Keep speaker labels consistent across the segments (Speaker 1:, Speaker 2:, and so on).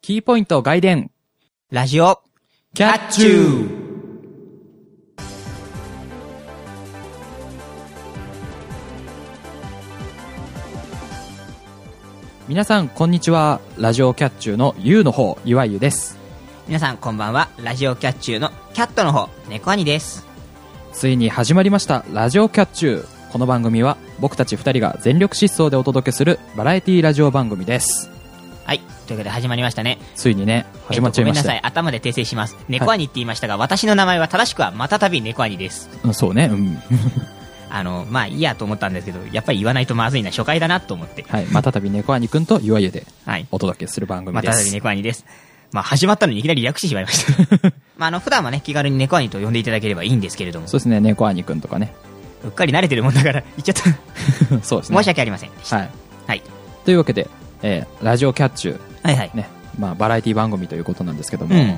Speaker 1: キーポイント外伝、
Speaker 2: ラジオ、
Speaker 1: キャッチュー皆さん、こんにちは。ラジオキャッチューの U の方、いわゆです。
Speaker 2: 皆さんこんばんは、ラジオキャッチューのキャットの方、猫兄です。
Speaker 1: ついに始まりました、ラジオキャッチュー。この番組は、僕たち二人が全力疾走でお届けするバラエティラジオ番組です。
Speaker 2: はい、というわけで始まりましたね。
Speaker 1: ついにね、始まっちゃいました
Speaker 2: えっとごめんなさ
Speaker 1: よ
Speaker 2: い、頭で訂正します。猫兄って言いましたが、私の名前は正しくはまたたび猫兄です。
Speaker 1: うんそうね、うん。
Speaker 2: あの、まあいいやと思ったんですけど、やっぱり言わないとまずいな、初回だなと思って。
Speaker 1: はい。またたび猫兄くんといわゆで
Speaker 2: はい。
Speaker 1: お届けする番組
Speaker 2: ま
Speaker 1: で
Speaker 2: たた
Speaker 1: す。
Speaker 2: び猫兄です。まあ始まったのにいきなり略してしまいました。 まああの、普段はね、気軽に猫兄と呼んでいただければいいんですけれども、
Speaker 1: そうですね、猫兄くんとかね。
Speaker 2: うっかり慣れてるもんだから、言っちゃった。
Speaker 1: そうですね。
Speaker 2: 申し訳ありませんでした。
Speaker 1: はい。
Speaker 2: はい。
Speaker 1: というわけで、えーラジオキャッチュー、
Speaker 2: はいはい。
Speaker 1: ね、まあ、バラエティ番組ということなんですけども、
Speaker 2: うん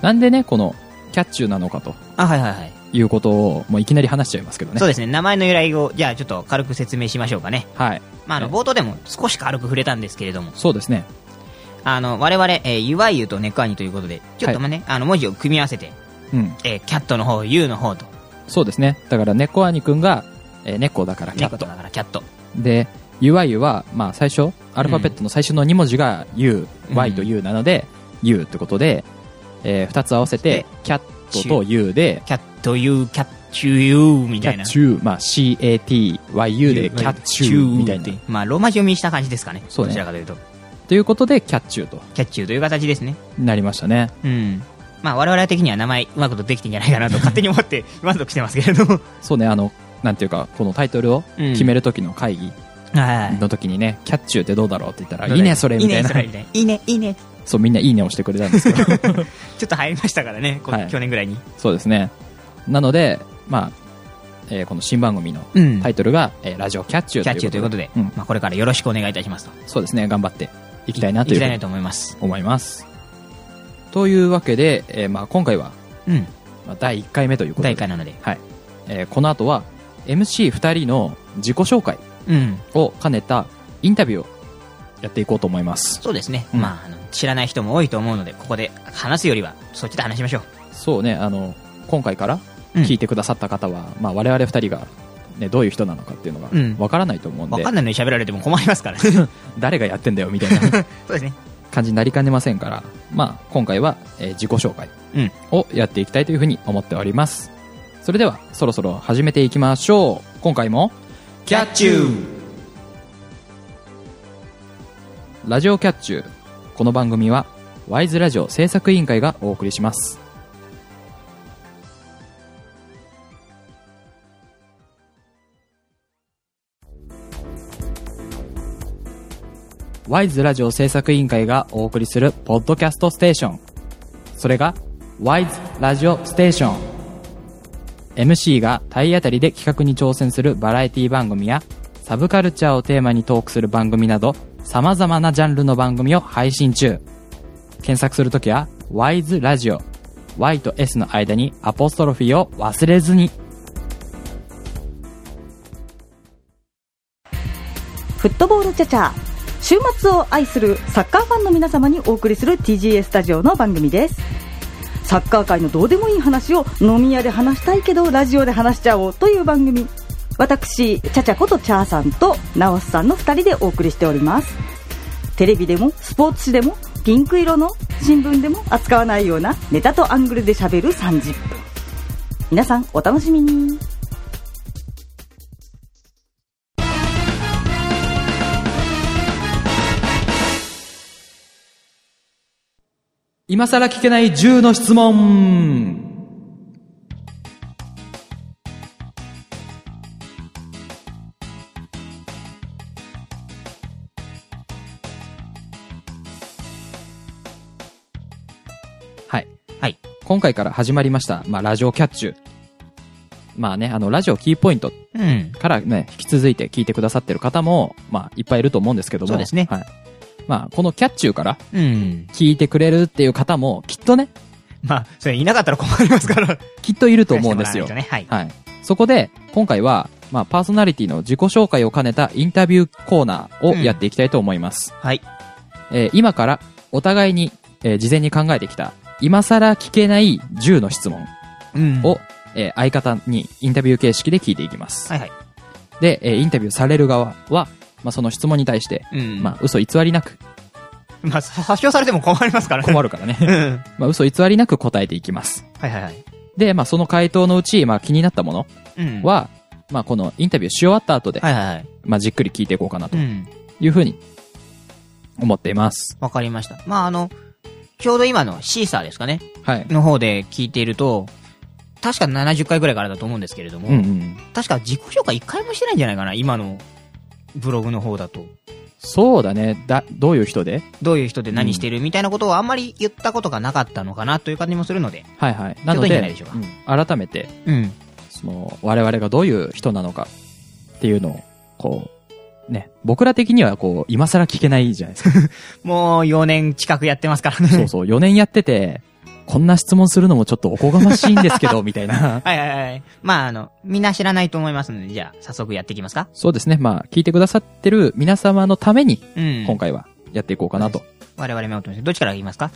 Speaker 1: なんでね、この、キャッチューなのかと
Speaker 2: あ、はいはいはい。
Speaker 1: いうことを、もういきなり話しちゃいますけどね。
Speaker 2: そうですね、名前の由来を、じゃあちょっと軽く説明しましょうかね。
Speaker 1: はい。
Speaker 2: まあ、あの
Speaker 1: ね
Speaker 2: 冒頭でも少し軽く触れたんですけれども、
Speaker 1: そうですね。
Speaker 2: あの我々、えー、ゆわゆとネクアニということで、ちょっとまあね、あの文字を組み合わせて、
Speaker 1: うん。
Speaker 2: えーキャットの方、ゆうの方と、
Speaker 1: そうですね。だから、猫兄くんが、えー猫だからキャ
Speaker 2: 猫
Speaker 1: ッ
Speaker 2: と
Speaker 1: ト。
Speaker 2: だからキャット。
Speaker 1: で、ゆわゆは、まあ、最初、アルファベットの最初の2文字が U、
Speaker 2: うん
Speaker 1: Y と U なので、U ってことで、え2つ合わせて
Speaker 2: で、
Speaker 1: キャットと U で、
Speaker 2: キャットユー、キャッチューユーみ
Speaker 1: キ
Speaker 2: た
Speaker 1: ャ
Speaker 2: いな。
Speaker 1: ッチュー、まあ、CATYU でキャッチューみたいな。
Speaker 2: まあ、ローマ字読みした感じですかね。
Speaker 1: そうね
Speaker 2: どちらかというと。
Speaker 1: ということで、キャッチューと
Speaker 2: キャッチューという形ですね。
Speaker 1: なりましたね。
Speaker 2: うん。まあ、我々的には名前、うまくとできてんじゃないかなと勝手に思って、満足してますけ れども。
Speaker 1: そうね、あの、なんていうか、このタイトルを
Speaker 2: うん
Speaker 1: 決める時の会議
Speaker 2: はい。
Speaker 1: の時にね、キャッチューってどうだろうって言ったら、いいね、それみたいな。
Speaker 2: いいね、それみたいな。いいね、いいね。
Speaker 1: そう、みんないいねをしてくれたん ですけど。
Speaker 2: ちょっと流行りましたからね、こ
Speaker 1: はい
Speaker 2: 去年ぐらいに。
Speaker 1: そうですね。なので、まあ、えーこの新番組の
Speaker 2: うん
Speaker 1: タイトルが、えーラジオキャッチュ
Speaker 2: キャッ
Speaker 1: ー
Speaker 2: チューということで、
Speaker 1: うん
Speaker 2: まあ、これからよろしくお願いいたしますと。
Speaker 1: そうですね、頑張っていきたいなとい
Speaker 2: いうき
Speaker 1: ふ
Speaker 2: たいうな
Speaker 1: に
Speaker 2: と思います。
Speaker 1: 思います。というわけで、えーまあ、今回は、
Speaker 2: うん。
Speaker 1: まあ、第1回目ということ
Speaker 2: 第
Speaker 1: で
Speaker 2: 1、回なので。
Speaker 1: はいえーこの後は MC2 人の自己紹介
Speaker 2: うん。
Speaker 1: を兼ねたインタビューをやっていこうと思います
Speaker 2: そうですね。
Speaker 1: うん
Speaker 2: まあ、あの、知らない人も多いと思うので、ここで話すよりは、そっちで話しましょ
Speaker 1: そうねあの今回から
Speaker 2: う。うん
Speaker 1: 聞いてくださった方は、まあ、我々2人が、ね、どういう人なのかっていうのが
Speaker 2: うん
Speaker 1: わからないと思うん
Speaker 2: わ
Speaker 1: で、
Speaker 2: かんないのに喋られても困りま すからね。そう
Speaker 1: 誰がやってんだよみたいな
Speaker 2: ですね。
Speaker 1: 感じになりかねませんから、まあ、今回は、えー自己紹介
Speaker 2: うん
Speaker 1: をやっていきたいというふうに思っておりますそれではそろそろ始めていきましょう今回も
Speaker 2: キャッチュー
Speaker 1: ラジオキャッチュー。この番組は、ワイズラジオ制作委員会がお送りします。ワイズラジオ制作委員会がお送りするポッドキャストステーション。それが、ワイズラジオステーション。MC が体当たりで企画に挑戦するバラエティ番組やサブカルチャーをテーマにトークする番組など様々なジャンルの番組を配信中検索するときは WISE ラジオ Y と S の間にアポストロフィーを忘れずに
Speaker 3: フットボールチャチャ週末を愛するサッカーファンの皆様にお送りする TGA スタジオの番組ですサッカー界のどうでもいい話を飲み屋で話したいけどラジオで話しちゃおうという番組私チャチャことチャーさんとナオスさんの2人でお送りしておりますテレビでもスポーツ紙でもピンク色の新聞でも扱わないようなネタとアングルで喋る30分皆さんお楽しみに
Speaker 1: 今更聞けない10の質問はい
Speaker 2: はい。
Speaker 1: 今回から始まりました、まあ、ラジオキャッチュまあねあのラジオキーポイント
Speaker 2: うん。
Speaker 1: からね引き続いて聞いてくださってる方も、まあ、いっぱいいると思うんですけども
Speaker 2: そうですね
Speaker 1: はいまあ、このキャッチュから
Speaker 2: うん。
Speaker 1: 聞いてくれるっていう方もきっとね
Speaker 2: まあ、それいなかったら困りますから。
Speaker 1: きっといる と思うんですよ
Speaker 2: 返してもらわないとねはい。
Speaker 1: はい。そこで、今回は、まあ、パーソナリティの自己紹介を兼ねたインタビューコーナーをやっていきたいと思います。
Speaker 2: はい。
Speaker 1: えー今から、お互いに、えー事前に考えてきた、今更聞けない10の質問
Speaker 2: うん
Speaker 1: を、えー相方にインタビュー形式で聞いていきます。
Speaker 2: はいはい。
Speaker 1: で、えーインタビューされる側は、まあ、その質問に対して、
Speaker 2: うん。
Speaker 1: まあ、嘘偽りなく、
Speaker 2: まあ、さ発表されても困りますからね。
Speaker 1: 困るからね。
Speaker 2: うん。は
Speaker 1: まあ、嘘偽りなく答えていきます。
Speaker 2: いはいはい。
Speaker 1: で、まあ、その回答のうち、まあ、気になったもの
Speaker 2: うん。
Speaker 1: は、まあ、このインタビューし終わった後で、
Speaker 2: はいはいはい。
Speaker 1: まあ、じっくり聞いていこうかなと
Speaker 2: うん。
Speaker 1: いうふうに思っています。
Speaker 2: わかりました。まあ、あの、ちょうど今のシーサーですかね。
Speaker 1: はい。
Speaker 2: の方で聞いていると、確か70回ぐらいからだと思うんですけれども、
Speaker 1: うんうん。
Speaker 2: 確か自己紹介1回もしてないんじゃないかな、今のブログの方だと。
Speaker 1: そうだね。だ、どういう人で
Speaker 2: どういう人で何してるみたいなことをあんまり言ったことがなかったのかなという感じもするので。
Speaker 1: はいはい。なの
Speaker 2: ちょうどいいんじ
Speaker 1: で、
Speaker 2: ゃないでしょうか
Speaker 1: うん改めて、
Speaker 2: うん。
Speaker 1: その、我々がどういう人なのかっていうのを、こう、ね、僕ら的にはこう、今更聞けないじゃない ですか。
Speaker 2: もう4年近くやってますからね。
Speaker 1: そうそう、4年やってて、こんな質問するのもちょっとおこがましいんですけど、みたい な。
Speaker 2: はいはいはい。まあ、あの、みんな知らないと思いますので、じゃあ、早速やっていきますか。
Speaker 1: そうですね。まあ、聞いてくださってる皆様のために、
Speaker 2: うん。
Speaker 1: 今回はやっていこうかなと。
Speaker 2: 我々目を通して、どっちから言いますか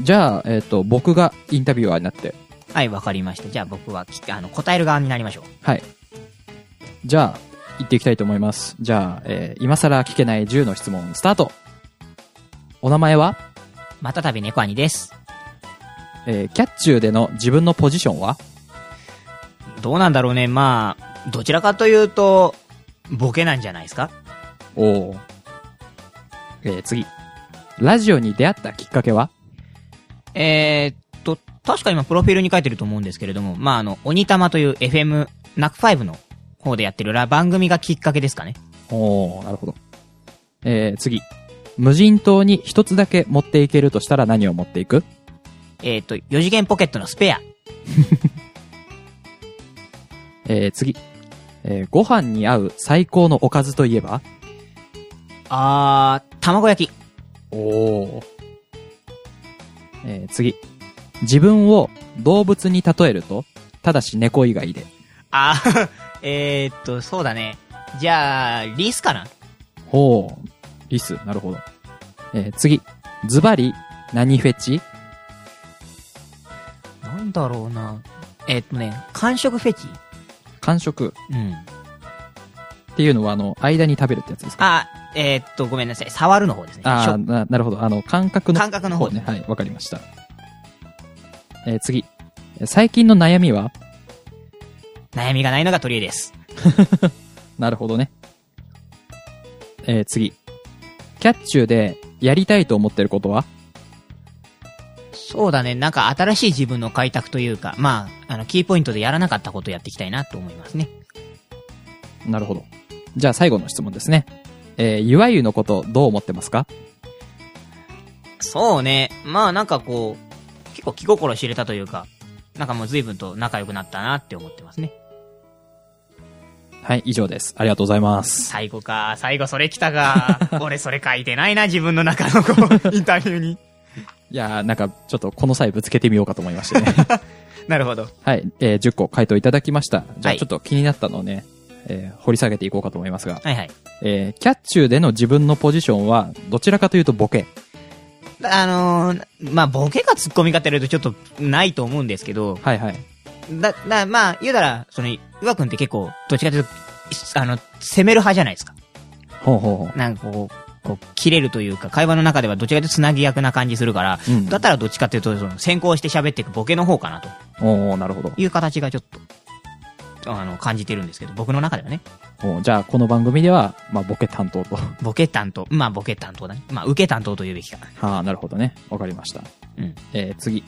Speaker 1: じゃあ、えっ、と、僕がインタビュアーになって、
Speaker 2: はい、わかりました。じゃあ僕はき、あの、答える側になりましょう。
Speaker 1: はい。じゃあ、行っていきたいと思います。じゃあ、えー今更聞けない10の質問、スタートお名前は
Speaker 2: またたび猫兄です。
Speaker 1: えーキャッチューでの自分のポジションは
Speaker 2: どうなんだろうね。まあ、どちらかというと、ボケなんじゃないですか
Speaker 1: おお。えー次。ラジオに出会ったきっかけは
Speaker 2: えー、っと、確か今プロフィールに書いてると思うんですけれども、まあ、あの、鬼玉という FM ナクファイブの方でやってるら番組がきっかけですかね。
Speaker 1: おおなるほど。えー次。無人島に一つだけ持っていけるとしたら何を持っていく
Speaker 2: えー、っと、4次元ポケットのスペア。
Speaker 1: えー次。えーご飯に合う最高のおかずといえば
Speaker 2: あー、卵焼き。
Speaker 1: おお。えー次。自分を動物に例えると、ただし猫以外で。
Speaker 2: あー、 えー、っと、そうだね。じゃあ、リスかな
Speaker 1: ほう。リス、なるほど。えー次。ズバリ、何フェチ
Speaker 2: なんだろうな。えー、っとね、完食フェチ
Speaker 1: 完食
Speaker 2: うん。
Speaker 1: っていうのは、あの、間に食べるってやつですか
Speaker 2: あ、えー、っと、ごめんなさい。触るの方ですね。
Speaker 1: ああ
Speaker 2: 食
Speaker 1: ー、ななるほど。あの、感覚の。
Speaker 2: 感覚の方
Speaker 1: ね。はい、わかりました。えー次。最近の悩みは
Speaker 2: 悩みがないのが取り柄です。
Speaker 1: なるほどね。えー次。キャッチューで、やりたいと思ってることは
Speaker 2: そうだね。なんか新しい自分の開拓というか、まあ、あの、キーポイントでやらなかったことをやっていきたいなと思いますね。
Speaker 1: なるほど。じゃあ最後の質問ですね。えー、ゆわゆのことどう思ってますか
Speaker 2: そうね。まあ、なんかこう、結構気心知れたというか、なんかもう随分と仲良くなったなって思ってますね。
Speaker 1: はい、以上です。ありがとうございます。
Speaker 2: 最後か、最後それ来た か。俺それ書いてないな、自分の中のこ う、インタビューに。
Speaker 1: いやー、なんか、ちょっとこの際ぶつけてみようかと思いまして ね。
Speaker 2: なるほど。
Speaker 1: はい、えー、10個回答いただきました。じゃあ
Speaker 2: はい
Speaker 1: ちょっと気になったのをね、えー掘り下げていこうかと思いますが、
Speaker 2: はいはい。
Speaker 1: えー、キャッチューでの自分のポジションは、どちらかというとボケ。
Speaker 2: あのー、まあ、ボケかツッコミかって言われるとちょっとないと思うんですけど、
Speaker 1: はいはい。
Speaker 2: だ、だ、まあ、言うたら、その、ゆわくんって結構、どっちかというと、あの、攻める派じゃないですか。
Speaker 1: ほうほうほう。
Speaker 2: なんかこう、こう、切れるというか、会話の中ではどっちかというとつなぎ役な感じするから、
Speaker 1: うん
Speaker 2: だったらどっちかというと、その、先行して喋っていくボケの方かな、と
Speaker 1: おおなるほど。
Speaker 2: いう形がちょっと、あの、感じてるんですけど、僕の中ではね、
Speaker 1: おーじゃあ、この番組では、まあ、ボケ担当と。
Speaker 2: ボケ担当、まあ、ボケ担当だね。まあ、受け担当と言うべきか。
Speaker 1: はあ、なるほどね。わかりました。
Speaker 2: うん。
Speaker 1: えー次。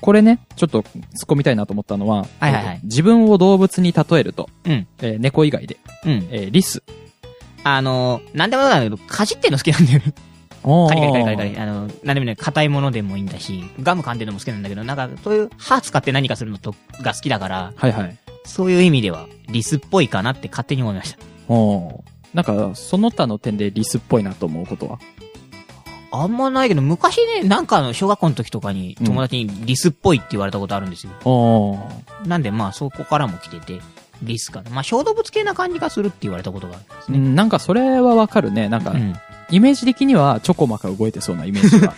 Speaker 1: これね、ちょっと突っ込みたいなと思ったのは、
Speaker 2: はいはいはい
Speaker 1: えー自分を動物に例えると、
Speaker 2: うん。
Speaker 1: えー猫以外で、
Speaker 2: うん。
Speaker 1: えーリス。
Speaker 2: あのー、なんでもなんだけど、かじってるの好きなんだよね。
Speaker 1: カ
Speaker 2: カリカリカリカリカリ。あの、何でもね、硬いものでもいいんだし、ガム噛んでるのも好きなんだけど、なんか、そういう歯使って何かするのと、が好きだから、
Speaker 1: はいはい。
Speaker 2: そういう意味では、リスっぽいかなって勝手に思いました。
Speaker 1: おーなんか、その他の点でリスっぽいなと思うことは
Speaker 2: あんまないけど、昔ね、なんかあの、小学校の時とかに、
Speaker 1: うん
Speaker 2: 友達にリスっぽいって言われたことあるんですよ。
Speaker 1: おー
Speaker 2: なんで、まあ、そこからも来てて、リスかな。まあ、小動物系な感じがするって言われたことがあります
Speaker 1: う
Speaker 2: ね。
Speaker 1: んなんかそれはわかるね。なんか、
Speaker 2: うん。
Speaker 1: イメージ的にはチョコマが動いてそうなイメージ が。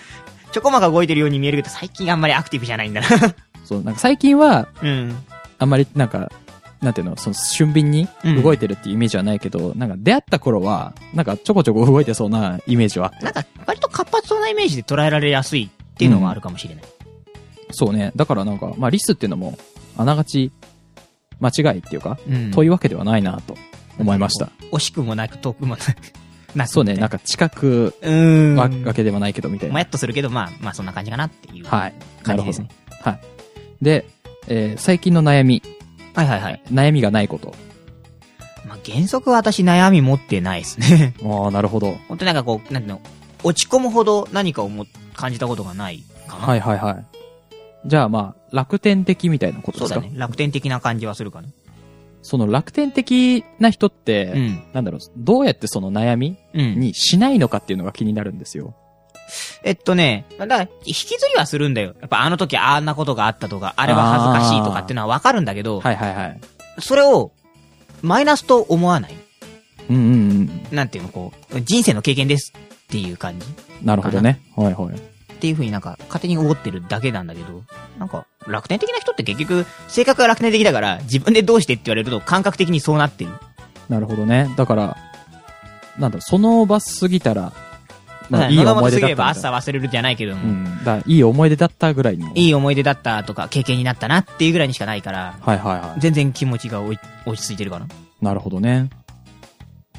Speaker 2: ちょこまか動いてるように見えるけど、最近あんまりアクティブじゃないんだな。
Speaker 1: そう、なんか最近は、
Speaker 2: うん。
Speaker 1: あんまりなんか、なんていうの、その俊敏に
Speaker 2: うん
Speaker 1: 動いてるっていうイメージはないけど、なんか出会った頃は、なんかちょこちょこ動いてそうなイメージはあった
Speaker 2: なんか、割と活発そうなイメージで捉えられやすいっていうのもあるかもしれない。
Speaker 1: そうね。だからなんか、まあリスっていうのも、あながち、間違いっていうか、
Speaker 2: うん
Speaker 1: というわけではないなと思いました。。
Speaker 2: 惜しくもなく、遠くもなく。なく
Speaker 1: そうね、なんか近く
Speaker 2: うーん。
Speaker 1: わわけではないけどみたい
Speaker 2: も
Speaker 1: な
Speaker 2: や。っとするけど、まあ、まあ、そんな感じかなっていう。
Speaker 1: はい。な
Speaker 2: 感
Speaker 1: るほ
Speaker 2: じです
Speaker 1: ど
Speaker 2: ね。。
Speaker 1: はい。で、えー最近の悩み、
Speaker 2: はいはいはい。
Speaker 1: 悩みがないこと。
Speaker 2: まあ、原則は私悩み持ってないですね。
Speaker 1: ああ、なるほど。
Speaker 2: 本当なんかこう、なんていうの、落ち込むほど何かをも感じたことがないかな。
Speaker 1: はいはいはい。じゃあまあ、楽天的みたいなこと
Speaker 2: そ
Speaker 1: で
Speaker 2: う
Speaker 1: す
Speaker 2: だ
Speaker 1: か
Speaker 2: ね。楽天的な感じはするかな。
Speaker 1: その楽天的な人って、
Speaker 2: うん。
Speaker 1: なんだろう、どうやってその悩み
Speaker 2: うん。
Speaker 1: にしないのかっていうのが気になるんですよ。
Speaker 2: えっとね、だから、引きずりはするんだよ。やっぱあの時あんなことがあったとか、あれは恥ずかしいとかっていうのはわかるんだけど、
Speaker 1: はいはいはい。
Speaker 2: それを、マイナスと思わない。
Speaker 1: うんうんうん。
Speaker 2: なんていうの、こう、人生の経験ですっていう感じ。
Speaker 1: なるほどね。はいはい。
Speaker 2: っていう風になんか、勝手に思ってるだけなんだけど、なんか、楽天的な人って結局、性格が楽天的だから、自分でどうしてって言われると感覚的にそうなってる。
Speaker 1: なるほどね。だから、なんだろう、その場過ぎたら、
Speaker 2: ま
Speaker 1: ま
Speaker 2: あ、
Speaker 1: あ、
Speaker 2: い
Speaker 1: いい
Speaker 2: い思
Speaker 1: 思
Speaker 2: い
Speaker 1: い出
Speaker 2: 出だ
Speaker 1: だ
Speaker 2: っ。
Speaker 1: ったた
Speaker 2: 朝忘れるじゃないけど
Speaker 1: う
Speaker 2: も、
Speaker 1: ん。だからいい思い出だったぐらいに。
Speaker 2: いい思い出だったとか、経験になったなっていうぐらいにしかないから、
Speaker 1: はいはいは
Speaker 2: 全然気持ちが落ち落ち着いてるかな。
Speaker 1: い。なるほどね。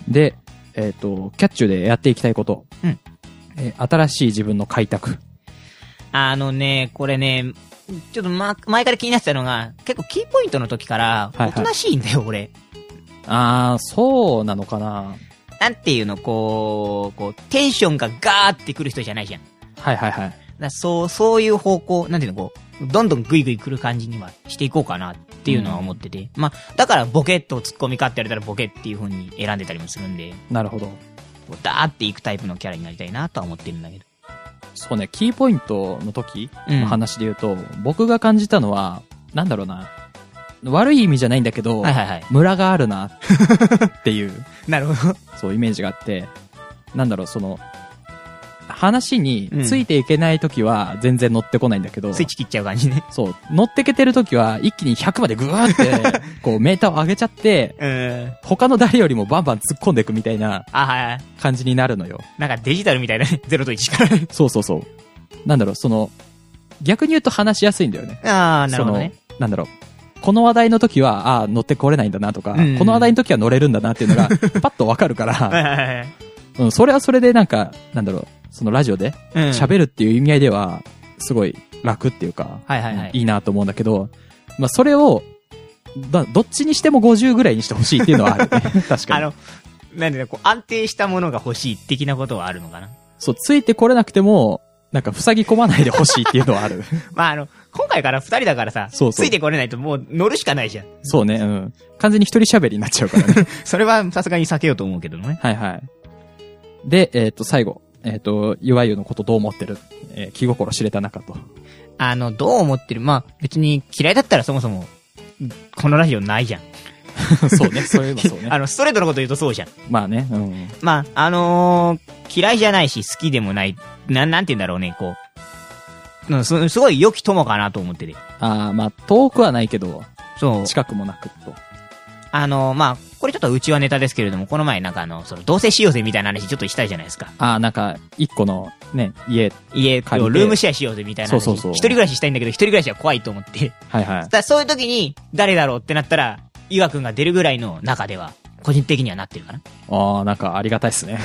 Speaker 1: で、えっ、と、キャッチュでやっていきたいこと。
Speaker 2: うん
Speaker 1: えー新しい自分の開拓。
Speaker 2: あのね、これね、ちょっとま、前から気になってたのが、結構キーポイントの時から、
Speaker 1: はいはい
Speaker 2: おとなしいんだよ、俺。
Speaker 1: あー、そうなのかな
Speaker 2: なんていうの、こう、こう、テンションがガーってくる人じゃないじゃん。だか
Speaker 1: はいはいはい。
Speaker 2: らそう、そういう方向、なんていうの、こう、どんどんグイグイ来る感じにはしていこうかなっていうのは思ってて。まあ、だからボケとツッコミかって言われたらボケっていう風に選んでたりもするんで、
Speaker 1: なるほど。
Speaker 2: こうダーっていくタイプのキャラになりたいなとは思ってるんだけど。
Speaker 1: そうね、キーポイントの時
Speaker 2: うん
Speaker 1: の話で言うと、僕が感じたのは、なんだろうな。悪い意味じゃないんだけど、
Speaker 2: はいはいはい。
Speaker 1: ムラがあるな、っていう。
Speaker 2: なるほど。
Speaker 1: そう、イメージがあって、なんだろう、その、話についていけないときは全然乗ってこないんだけど、
Speaker 2: スイッチ切っちゃう感じね。
Speaker 1: そう、乗ってけてるときは一気に100までぐわー って、こう、メーターを上げちゃって、
Speaker 2: うん。
Speaker 1: 他の誰よりもバンバン突っ込んでいくみたいな
Speaker 2: あ、はい。
Speaker 1: 感じになるのよ。
Speaker 2: なんかデジタルみたいなね。0と1から。
Speaker 1: そうそうそう。なんだろう、その、逆に言うと話しやすいんだよね。
Speaker 2: ああ、なるほどね。
Speaker 1: その。なんだろう。この話題の時は、ああー、乗ってこれないんだなとか、
Speaker 2: うん
Speaker 1: この話題の時は乗れるんだなっていうの が、パッとわかるから、
Speaker 2: 喋
Speaker 1: うん、それはそれでなんか、なんだろう、そのラジオで喋るっていう意味合いでは、すごい楽っていうか、
Speaker 2: はいはいはい
Speaker 1: いなと思うんだけど、まあ、それを、だどっちにしても50ぐらいにしてほしいっていうのはある、ね、 確か
Speaker 2: あ
Speaker 1: に。
Speaker 2: の、なんでね、こう、安定したものが欲しい的なことはあるのかな。
Speaker 1: そう、ついてこれなくても、なんか、塞ぎ込まないでほしいっていうのはあ る。
Speaker 2: まあ、あの、今回から二人だからさ、
Speaker 1: そうそう
Speaker 2: ついてこれないともう乗るしかないじゃん。
Speaker 1: そうね、うん。完全に一人喋りになっちゃうからね。
Speaker 2: それはさすがに避けようと思うけどね。
Speaker 1: はいはい。で、えっ、と、最後。えっ、と、いわゆるのことどう思ってる、えー気心知れた中と。
Speaker 2: あの、どう思ってるまあ、別に嫌いだったらそもそも、このラジオないじゃん。
Speaker 1: そうね、そういうの そう
Speaker 2: あ
Speaker 1: ね。
Speaker 2: の、ストレートのこと言うとそうじゃん。
Speaker 1: まあね、うん。
Speaker 2: まあ、あのー嫌いじゃないし、好きでもない、なん、なんて言うんだろうね、こう。うん、すすごい良き友かなと思ってて。
Speaker 1: ああ、まあ、遠くはないけど、
Speaker 2: そう。
Speaker 1: 近くもなくと。
Speaker 2: あの、まあ、これちょっとうちはネタですけれども、この前なんかあの、その、同棲しようぜみたいな話ちょっとしたじゃないですか。
Speaker 1: ああ、なんか、一個の、ね、家。
Speaker 2: 家、
Speaker 1: 借りて
Speaker 2: ルームシェアしようぜみたいな話。
Speaker 1: そうそうそう
Speaker 2: 一人暮らししたいんだけど、一人暮らしは怖いと思って。だ
Speaker 1: はいはい。
Speaker 2: からそういう時に、誰だろうってなったら、岩くんが出るぐらいの中では、個人的にはなってるかな。
Speaker 1: ああ、なんかありがたい ですね。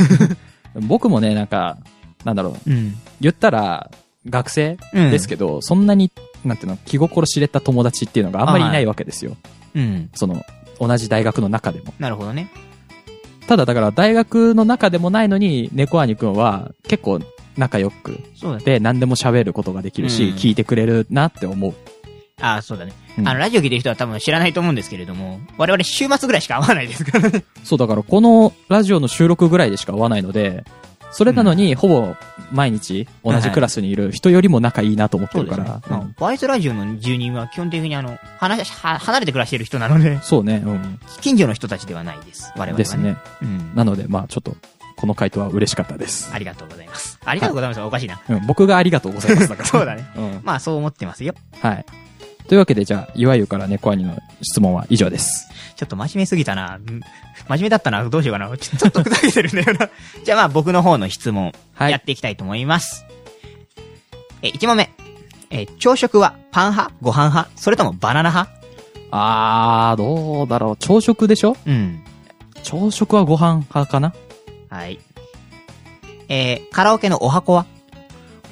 Speaker 1: 僕もね、なんか、なんだろう、
Speaker 2: うん。
Speaker 1: 言ったら、学生
Speaker 2: うん
Speaker 1: ですけど、そんなに、なんていうの、気心知れた友達っていうのがあんまりい
Speaker 2: は
Speaker 1: ないいわけですよ。
Speaker 2: うん。
Speaker 1: その、同じ大学の中でも。
Speaker 2: なるほどね。
Speaker 1: ただだから、大学の中でもないのに、猫兄くんは結構仲良く
Speaker 2: そうだね。
Speaker 1: で、何でも喋ることができるし、
Speaker 2: うん
Speaker 1: 聞いてくれるなって思う。
Speaker 2: あそうだね。
Speaker 1: うん
Speaker 2: あの、ラジオ聞いてる人は多分知らないと思うんですけれども、我々週末ぐらいしか会わないですからね。
Speaker 1: そう、だからこのラジオの収録ぐらいでしか会わないので、それなのに、ほぼ毎日同じクラスにいる人よりも仲いいなと思ってるから。
Speaker 2: ま
Speaker 1: うん
Speaker 2: あ、バイスラジオの住人は基本的にあの、離は離れて暮らしてる人なので、
Speaker 1: そうね、うん。
Speaker 2: 近所の人たちではないです。我々はね。
Speaker 1: ですね。
Speaker 2: うん。
Speaker 1: なので、まあちょっと、この回答は嬉しかったです。
Speaker 2: ありがとうございます。ありがとうございます。おかしいな。
Speaker 1: うん、僕がありがとうございますだから。
Speaker 2: そうだね。
Speaker 1: うん。
Speaker 2: まあ、そう思ってますよ。
Speaker 1: はい。というわけで、じゃあ、いわゆるから猫兄の質問は以上です。
Speaker 2: ちょっと真面目すぎたな。うん真面目だったな。どうしようかな。ちょちょっと砕けてるんだよな。 じゃあまあ僕の方の質問、
Speaker 1: はい
Speaker 2: やっていきたいと思います。え、1問目。えー、朝食はパン派ご飯派それともバナナ派
Speaker 1: あー、どうだろう。朝食でしょ
Speaker 2: うん。
Speaker 1: 朝食はご飯派かな
Speaker 2: はい。えー、カラオケのお箱は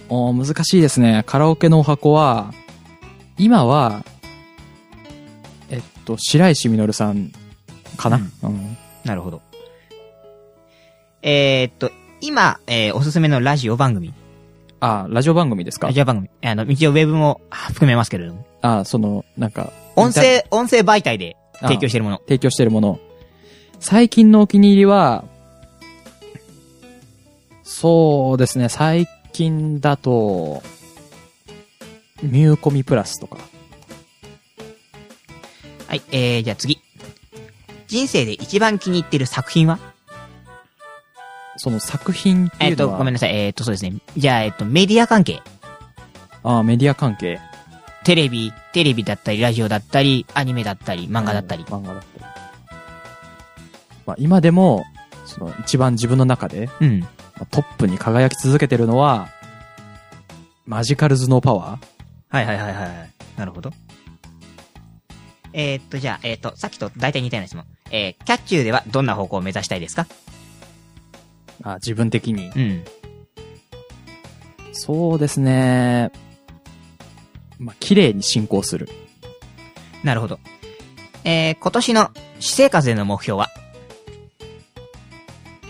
Speaker 1: おー難しいですね。カラオケのお箱は、今は、えっと、白石みのるさんかな、うん
Speaker 2: なるほど。えー、っと、今、えーおすすめのラジオ番組。
Speaker 1: あー、ラジオ番組ですか
Speaker 2: ラジオ番組。あの、一応ウェブもあ含めますけれども。
Speaker 1: あー、その、なんか、
Speaker 2: 音
Speaker 1: イン
Speaker 2: 声、音声媒体で
Speaker 1: ター
Speaker 2: 提供してるもの。
Speaker 1: 提供してるもの。最近のお気に入りは、そうですね、最近だと、ミューコミプラスとか。
Speaker 2: はい、えー、じゃあ次。人生で一番気に入ってる作品は
Speaker 1: その作品って
Speaker 2: え
Speaker 1: い
Speaker 2: っ
Speaker 1: うの
Speaker 2: と、
Speaker 1: は、
Speaker 2: ごめんなさい。えっと、そうですね。じゃあ、えっと、メディア関係。
Speaker 1: あーメディア関係。
Speaker 2: テレビ、テレビだったり、ラジオだったり、アニメだったり、漫画だったり。
Speaker 1: 漫画だったり。まあ、今でも、その一番自分の中で、
Speaker 2: うん。
Speaker 1: まあトップに輝き続けてるのは、マジカルズのパワー
Speaker 2: はいはいはいはい。なるほど。えっと、じゃあ、えっと、さっきと大体似たような質問。えー、キャッチューではどんな方向を目指したいですか
Speaker 1: あ自分的に。
Speaker 2: うん。
Speaker 1: そうですね。まあ、綺麗に進行する。
Speaker 2: なるほど。えー、今年の私生活での目標は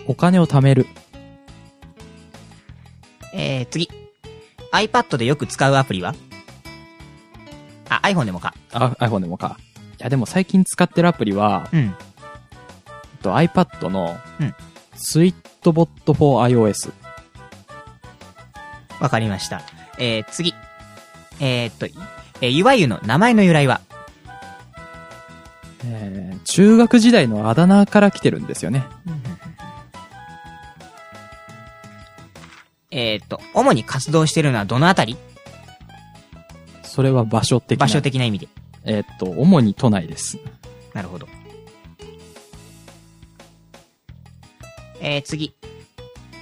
Speaker 1: お金を貯める。
Speaker 2: えー、次。iPad でよく使うアプリはあ、iPhone でもか。
Speaker 1: あ、iPhone でもか。いや、でも最近使ってるアプリは、
Speaker 2: うん。
Speaker 1: えっと iPad の
Speaker 2: うん、
Speaker 1: スイートボット 4iOS。
Speaker 2: わかりました。えー、次。えー、っと、いえー、いわゆるの名前の由来は
Speaker 1: えー中学時代のあだ名から来てるんですよね。
Speaker 2: えー、っと、主に活動してるのはどのあたり
Speaker 1: それは場所的な。
Speaker 2: 場所的な意味で。
Speaker 1: えーっと、主に都内です。
Speaker 2: なるほど。えー、次。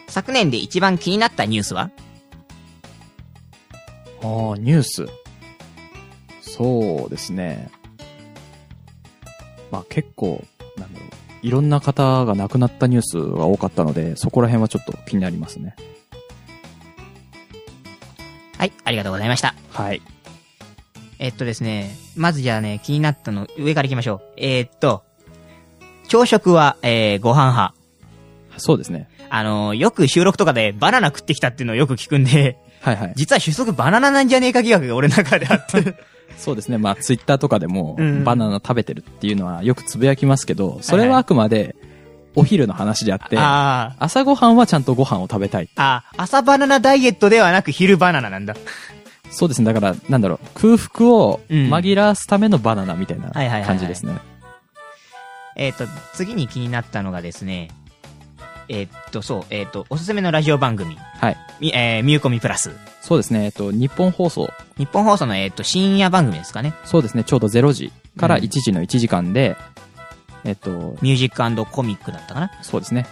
Speaker 2: 昨年で一番気になったニュースは
Speaker 1: ああ、ニュース。そうですね。まあ結構、なんだろう。いろんな方が亡くなったニュースが多かったので、そこら辺はちょっと気になりますね。
Speaker 2: はい、ありがとうございました。
Speaker 1: はい。
Speaker 2: えっとですね、まずじゃあね、気になったの、上から行きましょう。えーっと、朝食は、えー、ご飯派。
Speaker 1: そうですね。
Speaker 2: あのーよく収録とかでバナナ食ってきたっていうのをよく聞くんで、
Speaker 1: はいはい。
Speaker 2: 実は主食バナナなんじゃねえか疑惑が俺の中であって。
Speaker 1: そうですね。まあツイッターとかでも
Speaker 2: うん、
Speaker 1: バナナ食べてるっていうのはよくつぶやきますけど、それはあくまでお昼の話 であって、
Speaker 2: ああ。
Speaker 1: 朝ごはんはちゃんとご飯を食べたい。
Speaker 2: あー、朝バナナダイエットではなく昼バナナなんだ。
Speaker 1: そうですね。だから、なんだろう、空腹を紛らわすためのバナナみたいな
Speaker 2: はいはいはいはい
Speaker 1: 感じですね。
Speaker 2: えっと、次に気になったのがですね、えっと、そう、えっと、おすすめのラジオ番組、
Speaker 1: はい。
Speaker 2: みえー、ミューコミプラス。
Speaker 1: そうですね。えっと、日本放送
Speaker 2: 日本放送の、えっと、深夜番組ですかね。
Speaker 1: そうですね、ちょうど0時から
Speaker 2: うん
Speaker 1: 1時の1時間で、えっと、
Speaker 2: ミュージックコミックだったかな。
Speaker 1: そうですね。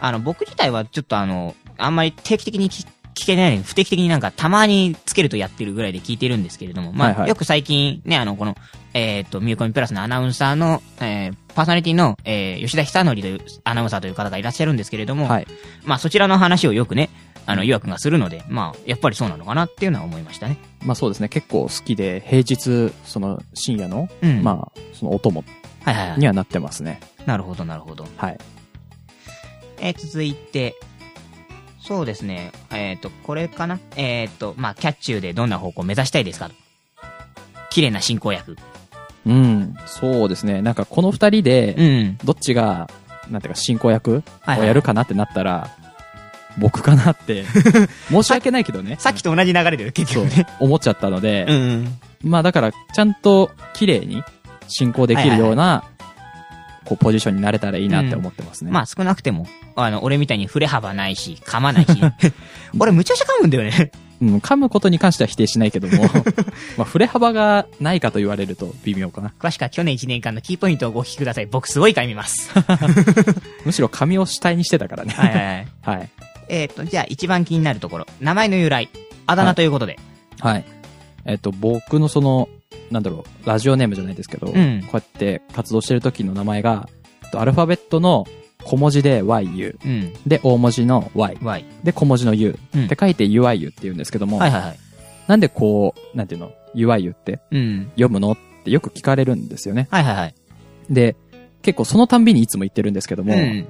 Speaker 2: あの、僕自体はちょっとあの、あんまり定期的に聞聞けない、不定期的になんかたまにつけるとやってるぐらいで聞いてるんですけれども、まあ、
Speaker 1: はいはい
Speaker 2: よく最近ね、あの、この、えっ、と、ミューコミプラスのアナウンサーの、えーパーソナリティの、えー吉田久則というアナウンサーという方がいらっしゃるんですけれども、
Speaker 1: はい。
Speaker 2: まあ、そちらの話をよくね、あの、岩君がするので、まあ、やっぱりそうなのかなっていうのは思いましたね。
Speaker 1: まあそうですね、結構好きで、平日、その深夜の、
Speaker 2: うん。
Speaker 1: まあ、そのお供
Speaker 2: あ、はいはいはい
Speaker 1: に。はなってますね。
Speaker 2: なるほど、なるほど。
Speaker 1: はい。
Speaker 2: えー続いて、そうですね、えっ、と、これかなえっ、と、まあ、キャッチューでどんな方向を目指したいですかと綺麗な進行役。
Speaker 1: うん、そうですね、なんかこの二人で、
Speaker 2: ん。
Speaker 1: どっちが、なんていうか進行役
Speaker 2: はいはい
Speaker 1: をやるかなってなったら、僕かな って、申し訳ないけどね。
Speaker 2: さっきと同じ流れで結
Speaker 1: そう
Speaker 2: 局ね。、
Speaker 1: 思っちゃったので、
Speaker 2: んうん。
Speaker 1: まあだから、ちゃんと綺麗に進行できるようなこうポジションになれたらいいなって思ってますね。
Speaker 2: まあ少なくても、あの、俺みたいに触れ幅ないし、噛ま ないし。俺むちゃくちゃ噛むんだよね。
Speaker 1: うん、噛むことに関しては否定しないけど も、まあ、触れ幅がないかと言われると微妙かな。
Speaker 2: 詳しくは去年1年間のキーポイントをご聞きください。僕すごい噛みます。は
Speaker 1: むしろ髪を主体にしてたからね。
Speaker 2: いはいはい。
Speaker 1: はい。はい。
Speaker 2: えーっと、じゃあ一番気になるところ。名前の由来。あだ名ということで。
Speaker 1: えっと、僕のその、なんだろう、ラジオネームじゃないですけど、
Speaker 2: ん
Speaker 1: こうやって活動してる時の名前が、えっとアルファベットの小文字で YU、
Speaker 2: うん。
Speaker 1: で、大文字の Y、
Speaker 2: Y。
Speaker 1: で、小文字の U
Speaker 2: うん
Speaker 1: って書いて UIU って言うんですけども、
Speaker 2: はいはいはい。
Speaker 1: なんでこう、なんていうの、UIU って
Speaker 2: うん。
Speaker 1: 読むのってよく聞かれるんですよね。
Speaker 2: はいはいはい。
Speaker 1: で、結構そのたんびにいつも言ってるんですけども、
Speaker 2: うん。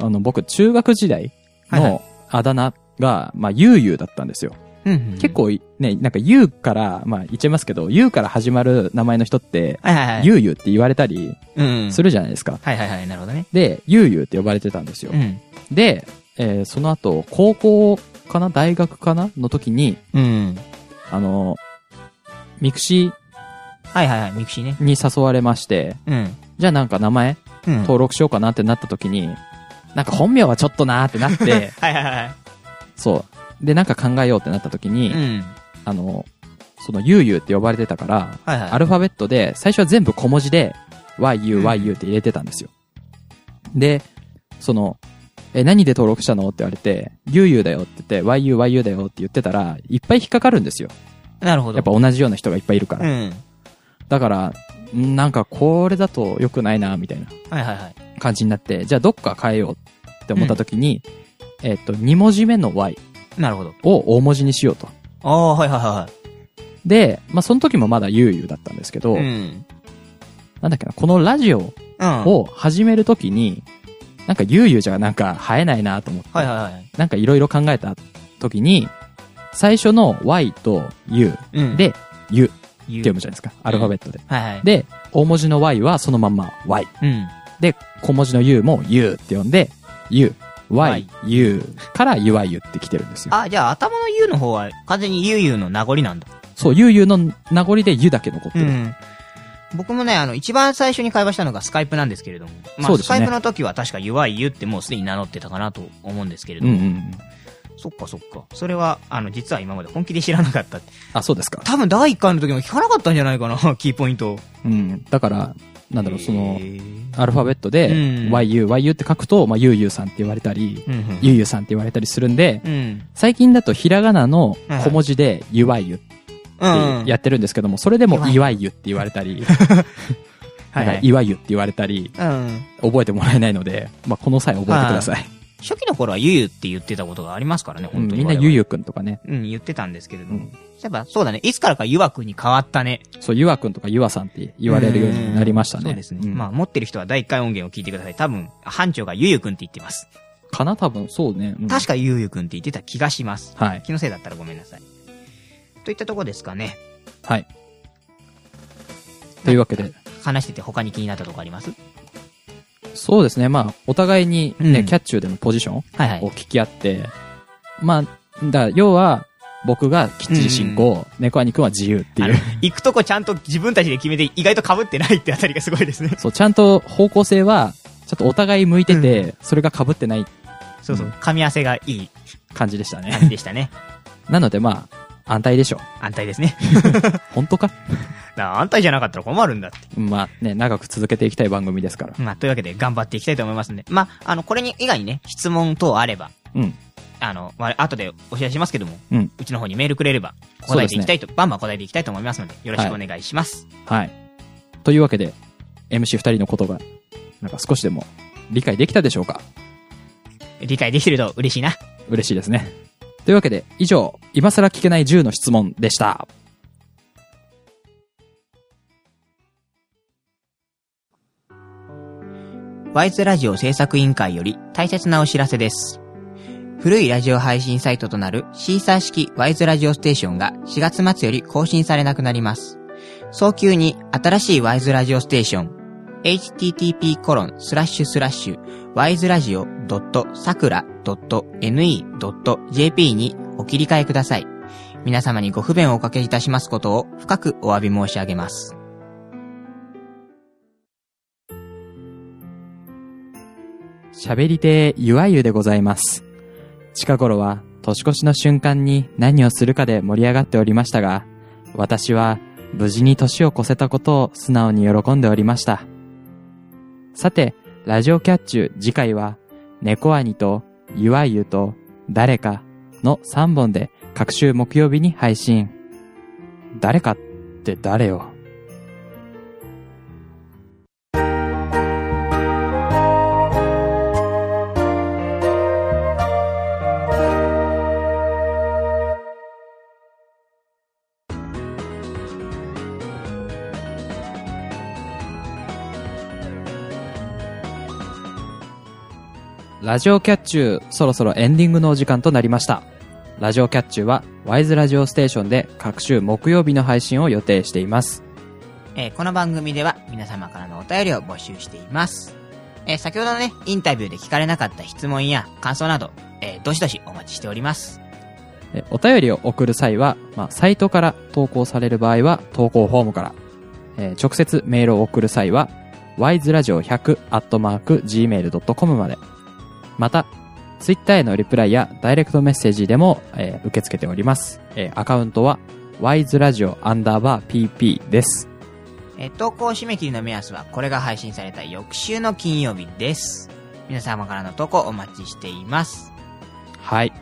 Speaker 1: あの、僕、中学時代
Speaker 2: はいは
Speaker 1: のあだ名が、まあ、ゆうゆうだったんですよ。
Speaker 2: うん。
Speaker 1: 結。構い、ね、なんか、ゆうから、まあ、言っちゃいますけど、ゆうから始まる名前の人って、
Speaker 2: はいはいはい。
Speaker 1: ゆうゆうって言われたり
Speaker 2: うん。
Speaker 1: するじゃないですか。
Speaker 2: はいはいはい。なるほどね。
Speaker 1: で、ゆうゆうって呼ばれてたんですよ
Speaker 2: う。ん。
Speaker 1: で、えーその後、高校かな大学かなの時に、
Speaker 2: うん。
Speaker 1: あの、ミクシ
Speaker 2: はいはいはい。ミクシーね。
Speaker 1: ーに誘われまして、
Speaker 2: うん。
Speaker 1: じゃあなんか名前
Speaker 2: うん。
Speaker 1: 登録しようかなってなった時に、なんか本名はちょっとなーってな って、
Speaker 2: はいはいはい。
Speaker 1: そう。で、なんか考えようってなった時に、
Speaker 2: うん。
Speaker 1: あの、その、ゆうゆうって呼ばれてたから、
Speaker 2: はいはい。
Speaker 1: アルファベットで、最初は全部小文字で、
Speaker 2: う
Speaker 1: yu,
Speaker 2: ん
Speaker 1: yu って入れてたんですよ。で、その、え、何で登録したのって言われて、ゆうゆうだよって言って、yu, yu だよって言ってたら、いっぱい引っかかるんですよ。
Speaker 2: なるほど。
Speaker 1: やっぱ同じような人がいっぱいいるか
Speaker 2: う
Speaker 1: ら。
Speaker 2: ん。
Speaker 1: だから、んなんかこれだと良くないな、みたいな
Speaker 2: はいはいはい。
Speaker 1: 感じになって、じゃあどっか変えようって思った時に、えっと、2文字目の y
Speaker 2: なるほど。
Speaker 1: を大文字にしようと。
Speaker 2: ああ、はいはいは
Speaker 1: で、まあ、その時もまだゆうゆうだったんですけど、
Speaker 2: いはい。うん。
Speaker 1: なんだっけな、このラジオ
Speaker 2: うん。
Speaker 1: を始めるときに、なんかゆうゆうじゃなんか生えないなと思って、
Speaker 2: はいはいはい。
Speaker 1: なんかいろいろ考えたときに、最初の y と u
Speaker 2: うん、
Speaker 1: で、u って
Speaker 2: 言
Speaker 1: 読むじゃないですか。アルファベットで。
Speaker 2: はいはい。
Speaker 1: で、大文字の y はそのまんま y。
Speaker 2: うん。
Speaker 1: で、小文字の u も u って呼んで、u、y
Speaker 2: Y、
Speaker 1: u から uiu って来てるんですよ。
Speaker 2: あ、じゃあ頭の U の方は完全に UU の名残なんだ。
Speaker 1: そう、ゆうゆうの名残で u だけ残ってる。
Speaker 2: ん。僕もね、あの、一番最初に会話したのがスカイプなんですけれども。まあ、
Speaker 1: そうで
Speaker 2: ス
Speaker 1: すね
Speaker 2: カイプの時は確か UIU ってもうすでに名乗ってたかなと思うんですけれ
Speaker 1: う
Speaker 2: ど
Speaker 1: んう
Speaker 2: も。
Speaker 1: んうん。
Speaker 2: そっかそっか。それは、あの、実は今まで本気で知らなかった。
Speaker 1: あ、そうですか。
Speaker 2: 多分第1回の時も聞かなかったんじゃない かな、キーポイントを。
Speaker 1: うん。だから、なんだろう、その
Speaker 2: へ、ー
Speaker 1: アルファベットで、
Speaker 2: うん
Speaker 1: YU、YU って書くと、まあ、ゆうゆうさんって言われたり、
Speaker 2: うん
Speaker 1: ゆうゆうさんって言われたりするんで、
Speaker 2: うん。
Speaker 1: 最近だとひらがなの
Speaker 2: うん
Speaker 1: 小文字で UIU っ
Speaker 2: うん。
Speaker 1: てやってるんですけども、それでも
Speaker 2: UI
Speaker 1: EYU って言われた り、
Speaker 2: はいはい
Speaker 1: EYU って言われたり、
Speaker 2: うん。
Speaker 1: 覚えてもらえないので、まあ、この際覚えてください。
Speaker 2: 初期の頃はゆゆって言ってたことがありますからね、
Speaker 1: うん
Speaker 2: 本当に。
Speaker 1: みんなゆうゆうくんとかね、
Speaker 2: うん、言ってたんですけれど
Speaker 1: う
Speaker 2: も
Speaker 1: ん。
Speaker 2: やっぱそうだね、いつからかゆわくんに変わったね。
Speaker 1: そう、ゆわくんとかゆわさんって言われるようになりましたね。
Speaker 2: そうですね。
Speaker 1: ん
Speaker 2: まあ、持ってる人は第1回音源を聞いてください。多分、班長がゆゆくんって言ってます。
Speaker 1: かな多分、そうね。うん
Speaker 2: 確かゆゆくんって言ってた気がします。
Speaker 1: はい。
Speaker 2: 気のせいだったらごめんなさい。といったとこですかね。
Speaker 1: はい。というわけで、
Speaker 2: 話してて他に気になったとこあります
Speaker 1: そうですね。まあ、お互いにね、
Speaker 2: うん
Speaker 1: キャッチューでのポジション
Speaker 2: はいは
Speaker 1: を
Speaker 2: い。
Speaker 1: 聞き合って、まあ、だから要は、僕がきっちり進行、猫兄くんは自由って
Speaker 2: あ
Speaker 1: い
Speaker 2: の
Speaker 1: う。
Speaker 2: 行くとこちゃんと自分たちで決めて意外と被ってないってあたりがすごいで すね。
Speaker 1: そう、ちゃんと方向性は、ちょっとお互い向いてて、それが被ってない。
Speaker 2: そうそううん噛み合わせがいい
Speaker 1: 感じでしたね。
Speaker 2: 感じでしたね。
Speaker 1: なのでまあ、安泰でしょう。
Speaker 2: 安泰ですね。
Speaker 1: 本当か
Speaker 2: な安泰じゃなかったら困るんだって。
Speaker 1: まあね、長く続けていきたい番組ですから。
Speaker 2: まあ、というわけで頑張っていきたいと思いますんで。まあ、あの、これに、以外にね、質問等あれば、
Speaker 1: うん。
Speaker 2: あの、まあ、後でお知らせしますけども、
Speaker 1: うん
Speaker 2: ちの方にメールくれれば、
Speaker 1: そう
Speaker 2: 答
Speaker 1: で
Speaker 2: え
Speaker 1: す
Speaker 2: て
Speaker 1: ね
Speaker 2: いきたいと、バンバン答えていきたいと思いますので、よろしくお願いします。
Speaker 1: はい。というわけで、MC2 人のことが、なんか少しでも理解できたでしょうか
Speaker 2: 理解できてると嬉しいな。
Speaker 1: 嬉しいですね。というわけで、以上、今更聞けない10の質問でした。
Speaker 2: ワイズラジオ制作委員会より大切なお知らせです。古いラジオ配信サイトとなるシーサー式ワイズラジオステーションが4月末より更新されなくなります。早急に新しいワイズラジオステーション、http コロンスラッシュスラッシュ wiseradio.sakura.ne.jp にお切り替えください。皆様にご不便をおかけいたしますことを深くお詫び申し上げます。
Speaker 1: 喋り手ゆあゆでございます。近頃は年越しの瞬間に何をするかで盛り上がっておりましたが、私は無事に年を越せたことを素直に喜んでおりました。さて、ラジオキャッチュ次回は、猫兄とゆあゆと誰かの3本で各週木曜日に配信。誰かって誰よラジオキャッチュー、そろそろエンディングのお時間となりました。ラジオキャッチューは、ワイズラジオステーションで各週木曜日の配信を予定しています。
Speaker 2: えーこの番組では皆様からのお便りを募集しています。えー先ほどのね、インタビューで聞かれなかった質問や感想など、えーどしどしお待ちしております。
Speaker 1: えお便りを送る際は、まあ、サイトから投稿される場合は、投稿フォームから。えー直接メールを送る際は、wiseradio100-gmail.com まで。また、ツイッターへのリプライやダイレクトメッセージでも、えー受け付けております。えーアカウントは、wiseradio_pp です。
Speaker 2: えー投稿締め切りの目安はこれが配信された翌週の金曜日です。皆様からの投稿お待ちしています。
Speaker 1: はい。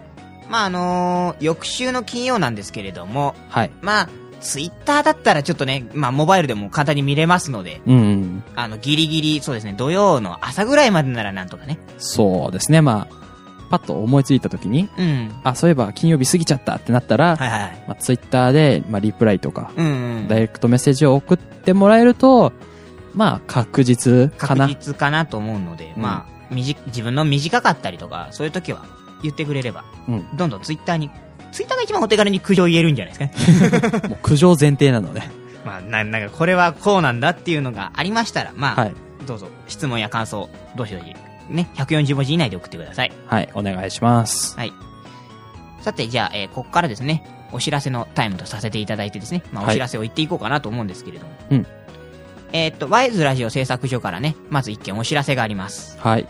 Speaker 2: まあ、あのー翌週の金曜なんですけれども、
Speaker 1: はい。
Speaker 2: まあ、ツイッターだったらちょっとね、まあ、モバイルでも簡単に見れますので、
Speaker 1: うんうん。
Speaker 2: あの、ギリギリ、そうですね、土曜の朝ぐらいまでならなんとかね。
Speaker 1: そうですね。まあ、パッと思いついた時に、
Speaker 2: うん。
Speaker 1: あ、そういえば金曜日過ぎちゃったってなったら、
Speaker 2: はいはいはい。
Speaker 1: まあ、ツイッターで、まあ、リプライとか、
Speaker 2: うん、うん。
Speaker 1: ダイレクトメッセージを送ってもらえると、まあ、確実か
Speaker 2: 確
Speaker 1: な。
Speaker 2: 実かなと思うので、
Speaker 1: うん
Speaker 2: まあ、みじ、自分の短かったりとか、そういう時は言ってくれれば、
Speaker 1: うん。
Speaker 2: どんどんツイッターに、ツイッターが一番お手軽に苦情を言えるんじゃないですかね。
Speaker 1: もう苦情前提なので。
Speaker 2: まあ、な、なんかこれはこうなんだっていうのがありましたら、 まあ、
Speaker 1: はい。
Speaker 2: どうぞ、質問や感想、どしどし、ね、140文字以内で送ってください。
Speaker 1: はい。お願いします。
Speaker 2: さて、じゃあ、えーここからですね、お知らせのタイムとさせていただいてですね、まあ、
Speaker 1: はい
Speaker 2: お知らせを言っていこうかなと思うんですけれども。
Speaker 1: うん
Speaker 2: えーっと、ワイズラジオ製作所からね、まず一件お知らせがあります。
Speaker 1: はい。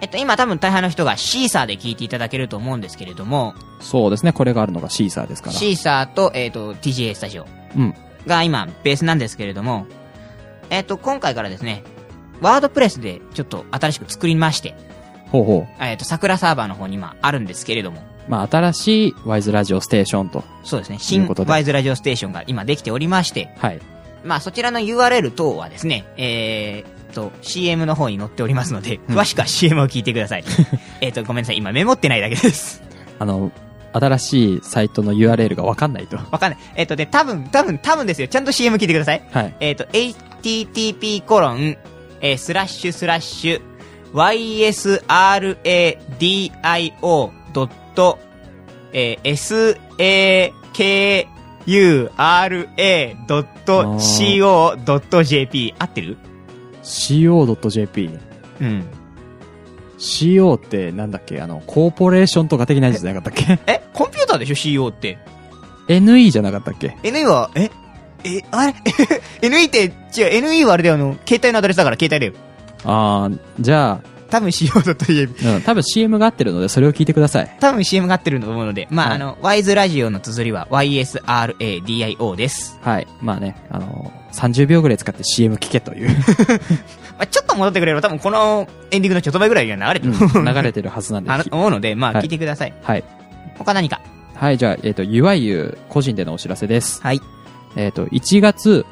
Speaker 2: えっと、今多分大半の人がシーサーで聞いていただけると思うんですけれども、
Speaker 1: そうですね。これがあるのがシーサーですから。
Speaker 2: シーサーと、えーっと、TGA スタジオ
Speaker 1: うん。
Speaker 2: が今、ベースなんですけれども、えーっと、今回からですね、ワードプレスでちょっと新しく作りまして、
Speaker 1: ほうほう。
Speaker 2: えーっと、桜サーバーの方に今あるんですけれども、
Speaker 1: まあ、新しいワイズラジオステーションと。
Speaker 2: そうですね、
Speaker 1: とい
Speaker 2: 新
Speaker 1: うことで
Speaker 2: ワイズラジオステーションが今できておりまして、
Speaker 1: はい。
Speaker 2: まあそちらの URL 等はですね、えーっと、CM の方に載っておりますので、
Speaker 1: うん
Speaker 2: 詳しくは CM を聞いてく ださい。えーっと、ごめんなさい、今メモってないだけです。
Speaker 1: あの、新しいサイトの URL がわかんないと。は
Speaker 2: わかんない。えーっとね、多分、多分、多分ですよ。ちゃんと CM 聞いてください。
Speaker 1: い。
Speaker 2: えーっと、http コロン、えースラッシュスラッシュ、ysradio. ドット、えー sakura.co.jp 合ってる
Speaker 1: co.jp。
Speaker 2: うん。
Speaker 1: CO ってなんだっけあの、コーポレーションとか的なやつじゃなかった っ
Speaker 2: え、コンピューターでしょ ?CO って。
Speaker 1: け ?NE じゃなかったっけ
Speaker 2: NE は、ええ、あれ ?NE って、違う、NE はあれだよ、あの、携帯のアドレスだから携帯だよ。
Speaker 1: あー、じゃ
Speaker 2: 多分 CO だと言える。
Speaker 1: あ、うん、多分 CM が合ってるのでそれを聞いてください。
Speaker 2: 多分 CM が合ってると思うので、まあ、
Speaker 1: はい
Speaker 2: あの、ワイズラジオの綴りは YSRADIO です。
Speaker 1: はい。まあね、あの、30秒ぐらい使って CM 聞けという、
Speaker 2: まあ、ちょっと戻ってくれれば多分このエンディングのちょっと前ぐらいには流れてる。
Speaker 1: うん 流れてるはずなんで
Speaker 2: あの
Speaker 1: す。
Speaker 2: 思うので、まあ、
Speaker 1: はい
Speaker 2: 聞いてください。
Speaker 1: はい。
Speaker 2: 他何か
Speaker 1: はい、じゃあ、えっ、と、いわゆる個人でのお知らせです。
Speaker 2: はい。
Speaker 1: えっ、と、1月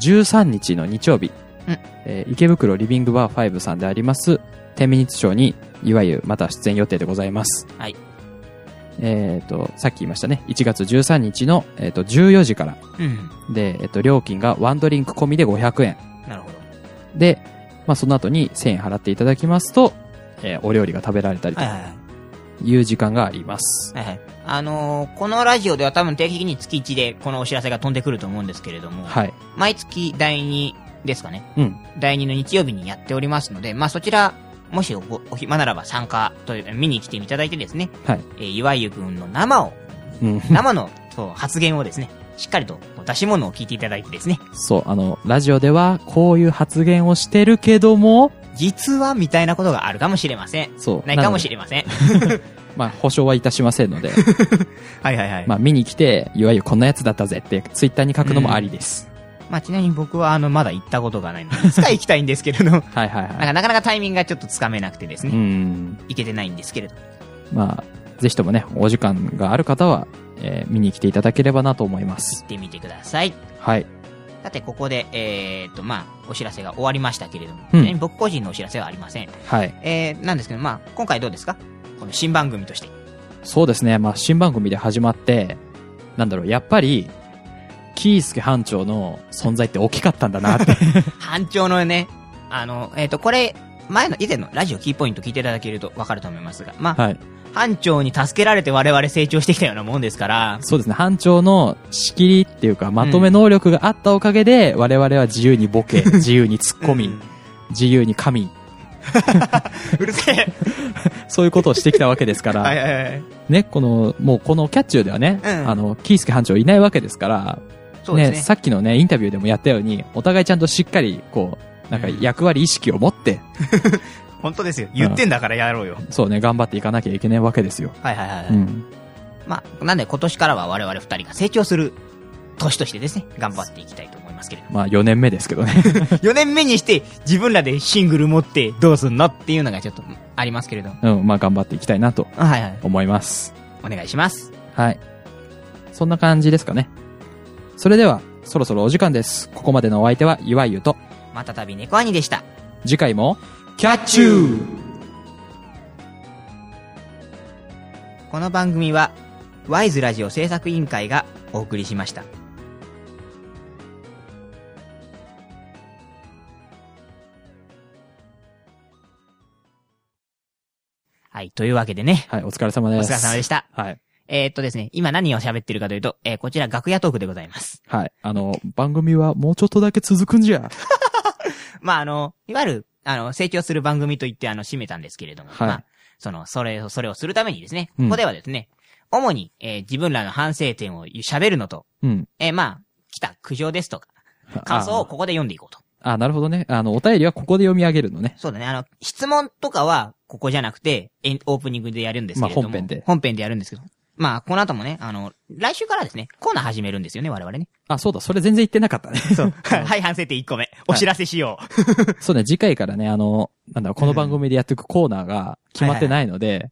Speaker 1: 13日の日曜日、
Speaker 2: うん
Speaker 1: えー池袋リビングバー5さんであります、天ミニッツショーに、いわゆるまた出演予定でございます。
Speaker 2: はい。
Speaker 1: えっ、と、さっき言いましたね、1月13日の、えっ、と、14時から、
Speaker 2: うん。
Speaker 1: で、えっ、と、料金がワンドリンク込みで500円。
Speaker 2: なるほど。
Speaker 1: で、まあ、その後に1000円払っていただきますと、えーお料理が食べられたりと
Speaker 2: はいはいはい。
Speaker 1: いう時間があります。
Speaker 2: はいはい。あのーこのラジオでは多分定期的に月1でこのお知らせが飛んでくると思うんですけれども、
Speaker 1: はい。
Speaker 2: 毎月第2ですかね。
Speaker 1: うん。
Speaker 2: 第2の日曜日にやっておりますので、まあそちら、もしおお暇ならば参加という、見に来ていただいてですね、
Speaker 1: はい。
Speaker 2: えー、岩井くんの生を、
Speaker 1: うん。
Speaker 2: 生のそう発言をですね、しっかりと出し物を聞いていただいてですね、
Speaker 1: そう、あの、ラジオではこういう発言をしてるけども、
Speaker 2: 実はみたいなことがあるかもしれません。
Speaker 1: そう
Speaker 2: ないかもしれません。
Speaker 1: まあ、保証はいたしませんので、
Speaker 2: はいはいはい。
Speaker 1: ま
Speaker 2: ま
Speaker 1: あ、見に来て、いわゆるこんなやつだったぜって、ツイッターに書くのもありです。
Speaker 2: あ、ちなみに僕はあの、まだ行ったことがないの で、いつか行きたいんですけれど、なんか
Speaker 1: はいはいはい。
Speaker 2: なかなかタイミングがちょっとつかめなくてです
Speaker 1: う
Speaker 2: ね、
Speaker 1: ん。
Speaker 2: 行けてないんですけれど。
Speaker 1: まあ、ぜひともね、お時間がある方は、えー見に来ていただければなと思いま
Speaker 2: 行
Speaker 1: す
Speaker 2: っ。てみてください。
Speaker 1: はい。
Speaker 2: さて、ここで、えーっと、まあ、お知らせが終わりましたけれども、
Speaker 1: うん
Speaker 2: ちなみに僕個人のお知らせはありません。
Speaker 1: はい。
Speaker 2: えー、なんですけど、まあ、今回どうですかこの新番組として。
Speaker 1: そうですね、まあ、新番組で始まって、なんだろう、やっぱり、キースケ班長の存在って大きかったんだなって。
Speaker 2: 班長のね、あの、えっ、と、これ、前の、以前のラジオキーポイント聞いていただけるとわかると思いますが、まあ、
Speaker 1: はい。
Speaker 2: 班長に助けられて我々成長してきたようなもんですから、
Speaker 1: そうですね、班長の仕切りっていうか、まとめ能力があったおかげで、我々は自由にボ ケ、自由にツッコミ、自由に神、
Speaker 2: うるせえ
Speaker 1: そういうことをしてきたわけですから、
Speaker 2: はいはいはい。
Speaker 1: ね、この、もうこのキャッチューではね、
Speaker 2: うん
Speaker 1: あの、キースケ班長いないわけですから、
Speaker 2: そうですね。
Speaker 1: さっきのね、インタビューでもやったように、お互いちゃんとしっかり、こう、なんか役割意識を持って、
Speaker 2: 本当ですよ。言ってんだからやろうよ。
Speaker 1: そうね、頑張っていかなきゃいけないわけですよ。
Speaker 2: はいはいはい。は
Speaker 1: う
Speaker 2: い
Speaker 1: ん。
Speaker 2: まあ、なんで今年からは我々二人が成長する年としてですね、頑張っていきたいと思いま すけれども。
Speaker 1: まあ4年目ですけどね。
Speaker 2: 4年目にして自分らでシングル持ってどうすんのっていうのがちょっとありますけれども。
Speaker 1: うん、まあ頑張っていきたいなと
Speaker 2: あはいはい。
Speaker 1: 思います。
Speaker 2: お願いします。
Speaker 1: はい。そんな感じですかね。それでは、そろそろお時間です。ここまでのお相手は、ゆわゆと、
Speaker 2: またたび猫兄でした。
Speaker 1: 次回も、キャッチ
Speaker 2: チュ
Speaker 1: ュー
Speaker 2: この番組は、ワイズラジオ制作委員会がお送りしました。はい、というわけでね、
Speaker 1: はい、お疲れ様
Speaker 2: お
Speaker 1: です。
Speaker 2: 疲れ様でした。
Speaker 1: はい。
Speaker 2: えー、っとですね、今何を喋ってるかというと、えー、こちら楽屋トークでございます。
Speaker 1: はい。あの、番組はもうちょっとだけ続くんじゃ。
Speaker 2: まあ、あの、いわゆる、あの、成長する番組と言って、あの、締めたんですけれども、
Speaker 1: はい
Speaker 2: まあ、その、それを、それをするためにですね、
Speaker 1: うん
Speaker 2: ここではですね、主に、えー自分らの反省点を喋るのと、
Speaker 1: うん。
Speaker 2: えーまあ、来た苦情ですとか、感想をここで読んでいこうと。
Speaker 1: あ。あ、なるほどね。あの、お便りはここで読み上げるのね。
Speaker 2: そうだね、あの、質問とかは、ここじゃなくて、エンオープニングでやるんですけれど
Speaker 1: ま
Speaker 2: も、
Speaker 1: あ本編で
Speaker 2: 本編でやるんですけど、まあ、この後もね、あの、来週からですね、コーナー始めるんですよね、我々ね。
Speaker 1: あ、そうだ、それ全然言ってなか ったね。そう。
Speaker 2: はい、反省点1個目。お知らせしよう。
Speaker 1: そうね、次回からね、あの、なんだろう、この番組でやっていくコーナーが決まってないので、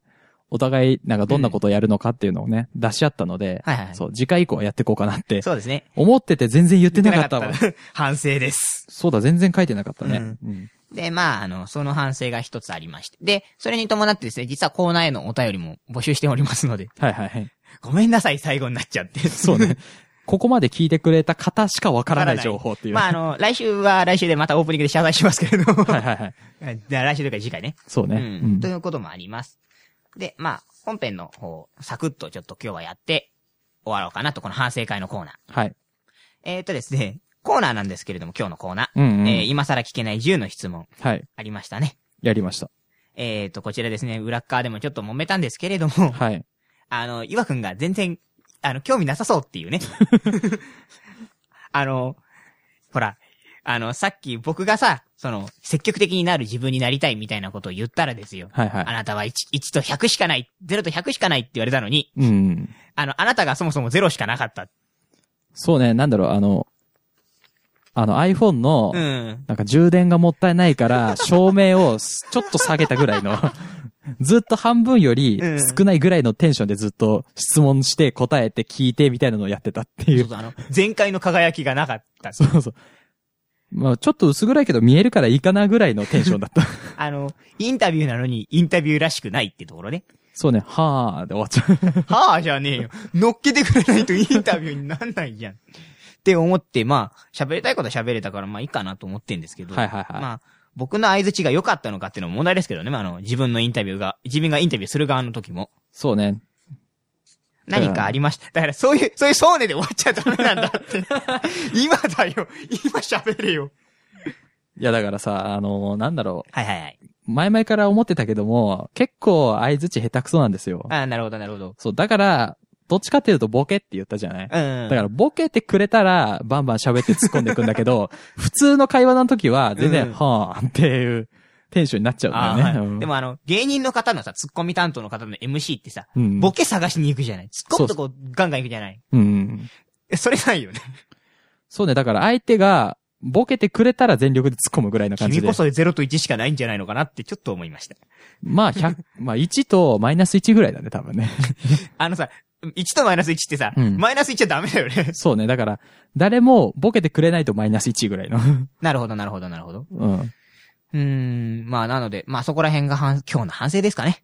Speaker 1: お互い、なんかどんなことをやるのかっていうのをね、出し合ったので、
Speaker 2: はいはいはい
Speaker 1: そう、次回以降はやっていこうかなって、
Speaker 2: そうですね。
Speaker 1: 思ってて全然言ってなかった
Speaker 2: 言
Speaker 1: わ
Speaker 2: っ。てなかった 反省です。
Speaker 1: そうだ、全然書いてなかったね。
Speaker 2: うん
Speaker 1: うん
Speaker 2: で、まあ、あの、その反省が一つありまして。で、それに伴ってですね、実はコーナーへのお便りも募集しておりますので、
Speaker 1: はいはいはい。
Speaker 2: ごめんなさい、最後になっちゃって。
Speaker 1: そうね。ここまで聞いてくれた方しかわからない
Speaker 2: わからない
Speaker 1: 情報っていう。
Speaker 2: まあ、あの、来週は来週でまたオープニングで謝罪しますけれども。
Speaker 1: はいはいはい。
Speaker 2: じゃあ来週というか次回ね。
Speaker 1: そうね。
Speaker 2: うん。ということもあります。で、まあ、本編の方、サクッとちょっと今日はやって、終わろうかなと、この反省会のコーナー。
Speaker 1: はい。
Speaker 2: えー、とですね、コーナーなんですけれども、今日のコーナー。
Speaker 1: うんうん
Speaker 2: えー今更聞けない10の質問、
Speaker 1: はい。
Speaker 2: ありましたね。
Speaker 1: やりました。
Speaker 2: えー、と、こちらですね、裏っ側でもちょっと揉めたんですけれども、
Speaker 1: はい。
Speaker 2: あの、岩くんが全然、あの、興味なさそうっていうね。 あの、ほら、あの、さっき僕がさ、その、積極的になる自分になりたいみたいなことを言ったらですよ。
Speaker 1: はいは
Speaker 2: あ
Speaker 1: い。
Speaker 2: なたは 1, 1と100しかない、0と100しかないって言われたのに、
Speaker 1: うん。
Speaker 2: あの、あなたがそもそも0しかなかった。
Speaker 1: そうね、なんだろう、あの、あの iPhone の、
Speaker 2: うん。
Speaker 1: なんか充電がもったいない から、照明をすちょっと下げたぐらいの、 ずっと半分より
Speaker 2: うん
Speaker 1: 少ないぐらいのテンションでずっと質問して答えて聞いてみたいなのをやってたってい
Speaker 2: そう
Speaker 1: う。
Speaker 2: そう、あの、全開の輝きがなかった。
Speaker 1: そうそう。まあちょっと薄暗いけど見えるからいいかなぐらいのテンションだ った。
Speaker 2: あの、インタビューなのに、インタビューらしくないってところね。
Speaker 1: そうね、はーで終わっちゃう。
Speaker 2: はあじゃねえよ。乗っけてくれないとインタビューになんないじゃん。って思って、まあ、喋りたいことは喋れたから、まあいいかなと思ってんですけど。
Speaker 1: はいはいはい
Speaker 2: まあ、僕の相槌が良かったのかっていうのも問題ですけどね。まあ、あの、自分のインタビューが、自分がインタビューする側の時も。
Speaker 1: そうね。
Speaker 2: 何かありました。だから、そういう、そういうそうねで終わっちゃダメなんだ って。今だよ。今喋れよ。
Speaker 1: いやだからさ、あの、なんだろ
Speaker 2: はいはいはい。
Speaker 1: う、前々から思ってたけども、結構相槌下手くそなんですよ。
Speaker 2: ああ、なるほどなるほど。
Speaker 1: そう、だから、どっちかっていうとボケって言ったじゃない
Speaker 2: うん。
Speaker 1: だから、ボケてくれたら、バ ンバン喋って突っ込んでいくんだけど、普通の会話の時は、全然、
Speaker 2: うん
Speaker 1: はぁ、っていうテンションになっちゃ
Speaker 2: あ
Speaker 1: うん
Speaker 2: ー
Speaker 1: だよね。
Speaker 2: は
Speaker 1: うん
Speaker 2: い。でもあの、芸人の方のさ、ツッコミ担当の方の MC ってさ、
Speaker 1: うん
Speaker 2: ボケ探しに行くじゃないツッコむとこガンガン行くじゃない
Speaker 1: うん。
Speaker 2: え、それないよね。
Speaker 1: そうね、だから相手が、ボケてくれたら全力で突っ込むぐらいの感じ
Speaker 2: 君
Speaker 1: で
Speaker 2: こ。そ0と1しかないんじゃないのかなってちょっと思いました。
Speaker 1: まあ、100、ま あ1とマイナス1ぐらいだね、多分ね。
Speaker 2: あのさ、1とマイナス1ってさ、
Speaker 1: うん。
Speaker 2: マイナス1はダメだよね
Speaker 1: そうね、だから、誰もボケてくれないとマイナス1ぐらいの。
Speaker 2: なるほど、なるほど、なるほど。
Speaker 1: うん。
Speaker 2: うーん、まあなので、まあそこら辺が反今日の反省ですかね。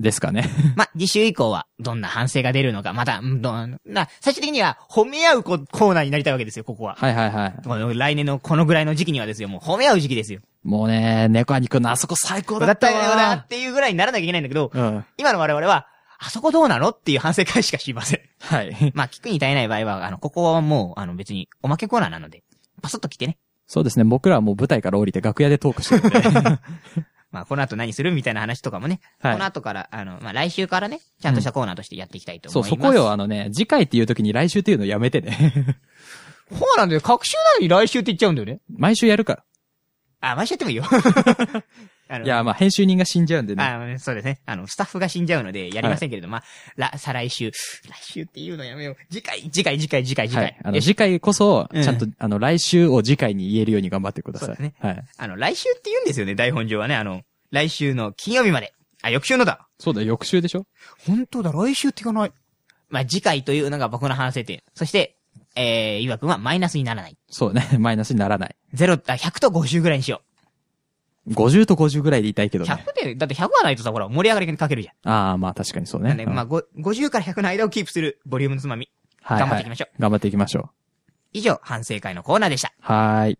Speaker 1: ですかね。
Speaker 2: まあ、次週以降は、どんな反省が出るのか、また、うんどんな、最終的には、褒め合うこコーナーになりたいわけですよ、ここは。
Speaker 1: はいはいはい。
Speaker 2: この来年のこのぐらいの時期にはですよ、もう褒め合う時期ですよ。
Speaker 1: もうね、猫兄くんのあそこ最高だ
Speaker 2: だ
Speaker 1: っ
Speaker 2: ったたよね、だっ
Speaker 1: わ。
Speaker 2: ていうぐらいにならなきゃいけないんだけど、
Speaker 1: うん。
Speaker 2: 今の我々は、あそこどうなのっていう反省会しかしません。
Speaker 1: はい。
Speaker 2: まあ、聞くに耐えない場合は、あの、ここはもう、あの、別に、おまけコーナーなので、パソッと来てね。
Speaker 1: そうですね、僕らはもう舞台から降りて楽屋でトークしてるんで。
Speaker 2: まあ、この後何するみたいな話とかもね、
Speaker 1: はい
Speaker 2: この後から、あの、まあ、来週からね、ちゃんとしたコーナーとしてやっていきたいと
Speaker 1: そ、
Speaker 2: 思いうます。
Speaker 1: そこよ、。あのね、次回っていう時に来週っていうのやめてね。
Speaker 2: そうなんだよ。各週なのに来週って言っちゃうんだよね。
Speaker 1: 毎週やるか
Speaker 2: あ、毎週やってもいいよ。 あ
Speaker 1: ら。
Speaker 2: の
Speaker 1: いや、まあ編集人が死んじゃうんでね。
Speaker 2: あそうですね。あの、スタッフが死んじゃうので、やりませんけれど、まあ、ら、再来週。来週っていうのやめよう。次回、次回、次回、次回、次
Speaker 1: は
Speaker 2: 回。
Speaker 1: い。あの、
Speaker 2: よし
Speaker 1: 次回こそ、
Speaker 2: うん
Speaker 1: ちゃんと、あの、来週を次回に言えるように頑張ってくださ
Speaker 2: そう
Speaker 1: い。
Speaker 2: だね
Speaker 1: はい。
Speaker 2: あの、来週って言うんですよね、台本上はね。あの、来週の金曜日まで。あ、翌週のだ。
Speaker 1: そうだ、翌週でしょ
Speaker 2: 本当だ、来週って言わない。まあ、次回というのが僕の反省点。そして、えー、岩くんはマイナスにならない。
Speaker 1: そうね、 マイナスにならない。
Speaker 2: 0、あ、100と50ぐらいにしよ
Speaker 1: 50と50ぐらいで言いたいけ
Speaker 2: う。
Speaker 1: どね。
Speaker 2: 100で、だって100はないとさ、ほら、盛り上がりにかけるじゃん。
Speaker 1: ああ、まあ確かにそうね。
Speaker 2: なんで、まあ、ご50から100の間をキープするボリュームのつまみ。
Speaker 1: はいはい
Speaker 2: 頑張っていきましょう。
Speaker 1: 頑張っていきましょう。
Speaker 2: 以上、反省会のコーナーでした。
Speaker 1: はーい。